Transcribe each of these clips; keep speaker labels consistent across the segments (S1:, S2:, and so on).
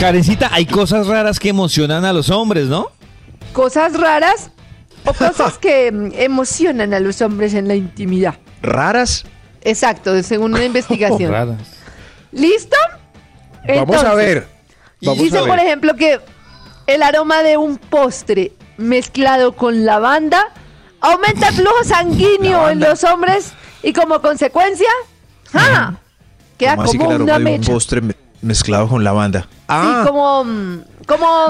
S1: Karencita, hay cosas raras que emocionan a los hombres, ¿no?
S2: Cosas raras o cosas que mm, emocionan a los hombres en la intimidad.
S3: ¿Raras?
S2: Exacto, según una investigación.
S1: Raras.
S2: ¿Listo?
S3: Vamos a
S2: Entonces,
S3: ver. Vamos
S2: Dice,
S3: a ver.
S2: por ejemplo, que el aroma de un postre mezclado con lavanda aumenta el flujo sanguíneo en los hombres y como consecuencia, ¡ja! queda
S3: Mm. ¿Cómo así que
S2: como
S3: el aroma
S2: una
S3: de un
S2: mecha.
S3: postre Ah. me- mezclado con lavanda?
S2: Sí, como, mm, como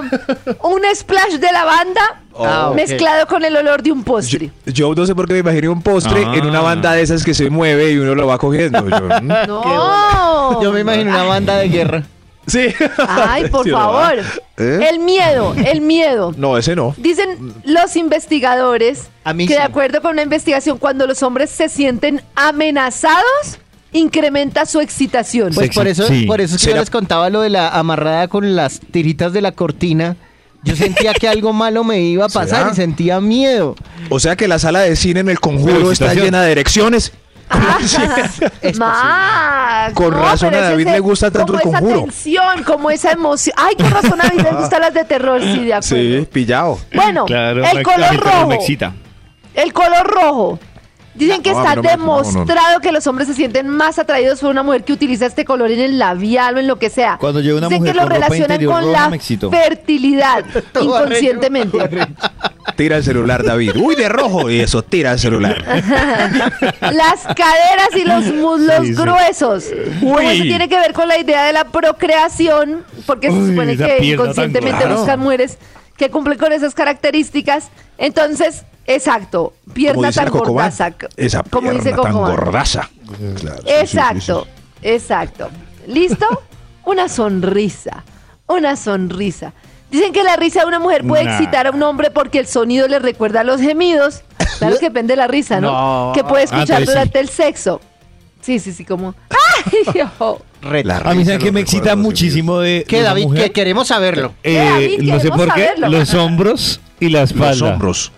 S2: un splash de lavanda
S3: Ah, ok.
S2: mezclado con el olor de un
S3: Yo,
S2: postre.
S3: yo no sé por qué me imaginé un postre
S1: Ah.
S3: en una banda de esas que se mueve y uno lo va cogiendo. Yo, mm.
S2: No.
S4: Yo me imagino una banda de guerra.
S3: sí.
S2: Ay, por
S3: Sí, ¿no?
S2: favor.
S3: ¿Eh?
S2: El miedo, el miedo.
S3: No, ese no.
S2: Dicen los investigadores
S4: A mí
S2: que de
S4: sí.
S2: acuerdo con una investigación, cuando los hombres se sienten amenazados, incrementa su excitación.
S4: Pues
S1: Sexy,
S4: por eso,
S1: sí.
S4: por eso es que yo
S3: Será-
S4: les contaba lo de la amarrada con las tiritas de la cortina. Yo sentía que algo malo me iba a pasar
S3: ¿Será?
S4: y sentía miedo.
S3: O sea que la sala de cine en el conjuro
S1: Pero
S3: está
S1: excitación.
S3: llena de erecciones.
S2: Ah,
S4: es
S2: Max,
S3: Con razón
S2: pero
S3: a
S2: es
S3: David le gusta tanto
S2: como
S3: el conjuro. Ah.
S2: Esa tensión, como esa emoción. Ay, con razón a David le gustan las de terror, sí, de acuerdo.
S3: pillado.
S2: Bueno,
S1: Claro,
S2: el
S1: a
S2: color
S1: mí también
S2: rojo.
S1: me excita.
S2: El color rojo. Dicen que
S3: No, a mí
S2: está
S3: no me- no, no, no.
S2: demostrado que los hombres se sienten más atraídos por una mujer que utiliza este color en el labial o en lo que sea.
S1: Cuando llega una
S2: Dicen
S1: mujer
S2: que lo
S1: con ropa
S2: relacionan
S1: interior
S2: con
S1: roja,
S2: la
S1: me excito.
S2: fertilidad
S4: Todo
S2: inconscientemente.
S3: Tira el celular, David. Uy, de rojo. Y eso, tira el celular.
S2: Las caderas y los muslos
S1: Sí, sí.
S2: gruesos. Como eso tiene que ver con la idea de la procreación, porque se
S1: Uy,
S2: supone
S1: esa
S2: que
S1: pierna tan
S2: inconscientemente
S1: grande.
S2: buscan mujeres que cumplen con esas características. Entonas, exacto,
S3: Como
S2: pierna
S3: dice
S2: tan
S3: la Cocobán,
S2: gordaza. c-
S3: Esa
S2: como dice
S3: pierna tan
S2: Cocobán.
S3: gordaza. Claro, sí, sí,
S2: Exacto,
S3: sí, sí.
S2: exacto. ¿Listo? Una sonrisa, una sonrisa. Dicen que la risa de una mujer puede
S1: Nah.
S2: excitar a un hombre porque el sonido le recuerda a los gemidos. Claro que depende de la risa, ¿no?
S4: No.
S2: Que
S3: Ah,
S2: puede escuchar
S1: entonces sí.
S2: durante el sexo. Sí, sí, sí, como... ¡Ay, ojo!
S3: La
S1: A mí saben que me
S3: risa lo recuerda
S1: excita
S3: a los
S1: muchísimo de
S4: Que
S1: de una
S4: David,
S1: mujer?
S4: que queremos saberlo.
S1: Eh,
S2: Eh, David,
S1: no sé
S2: queremos
S1: por qué,
S2: saberlo.
S1: los hombros y la espalda.
S3: Los hombros.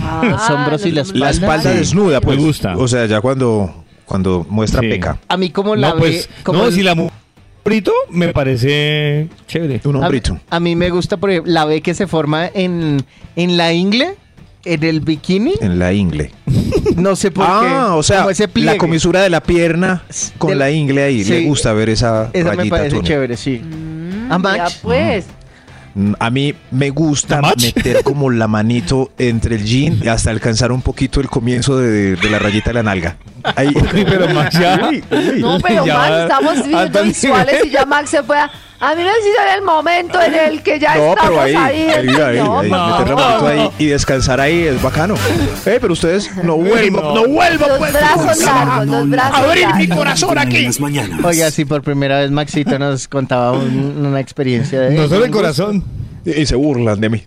S2: Ah,
S4: Los hombros y la
S2: los-
S3: La
S4: Espalda,
S3: espalda
S4: sí.
S3: desnuda,
S1: Me
S3: pues.
S1: gusta.
S3: O sea, ya cuando, cuando muestra
S1: Sí.
S3: peca.
S4: A mí como la
S1: No, pues,
S4: ve... como
S1: no,
S4: el-
S1: si la mujer brito me parece chévere.
S3: Un
S4: a-
S3: hombrito.
S4: A, mí me gusta, por ejemplo, la ve que se forma en, en la ingle, en el bikini.
S3: En la ingle.
S4: No sé por qué.
S3: Ah, o sea,
S4: como ese
S3: la
S4: pliegue.
S3: comisura de la pierna con
S4: Del-
S3: la ingle ahí. Le
S4: Sí.
S3: gusta ver esa,
S4: Esa me
S3: rayita
S4: parece
S3: túnel.
S4: chévere, sí.
S2: Mm,
S4: A
S2: ya
S4: Max.
S2: pues.
S3: Mm, A mí me gusta
S1: ¿La match?
S3: meter como la manito entre el jean y hasta alcanzar un poquito el comienzo de, de la rayita de la nalga. Ahí.
S1: Pero más ya.
S2: No, pero
S1: Ya va
S2: Max,
S4: Ah,
S2: estamos
S1: a
S2: viendo
S1: tal
S2: visuales y ya Max se fue a... A mí me decía el momento en el que ya
S3: No,
S2: estamos
S3: pero ahí, ahí, ahí,
S2: No,
S3: ahí,
S2: Max.
S3: meter la manito ahí y descansar ahí es bacano. Eh, pero ustedes no vuelvan, no, vuelvan.
S2: Los
S3: pues.
S2: brazos largos, los brazos largos.
S3: corazón aquí.
S4: Oiga, sí, por primera vez Maxito nos contaba un- una experiencia de...
S1: No solo el
S4: un gusto.
S1: corazón.
S3: Y se burlan de mí.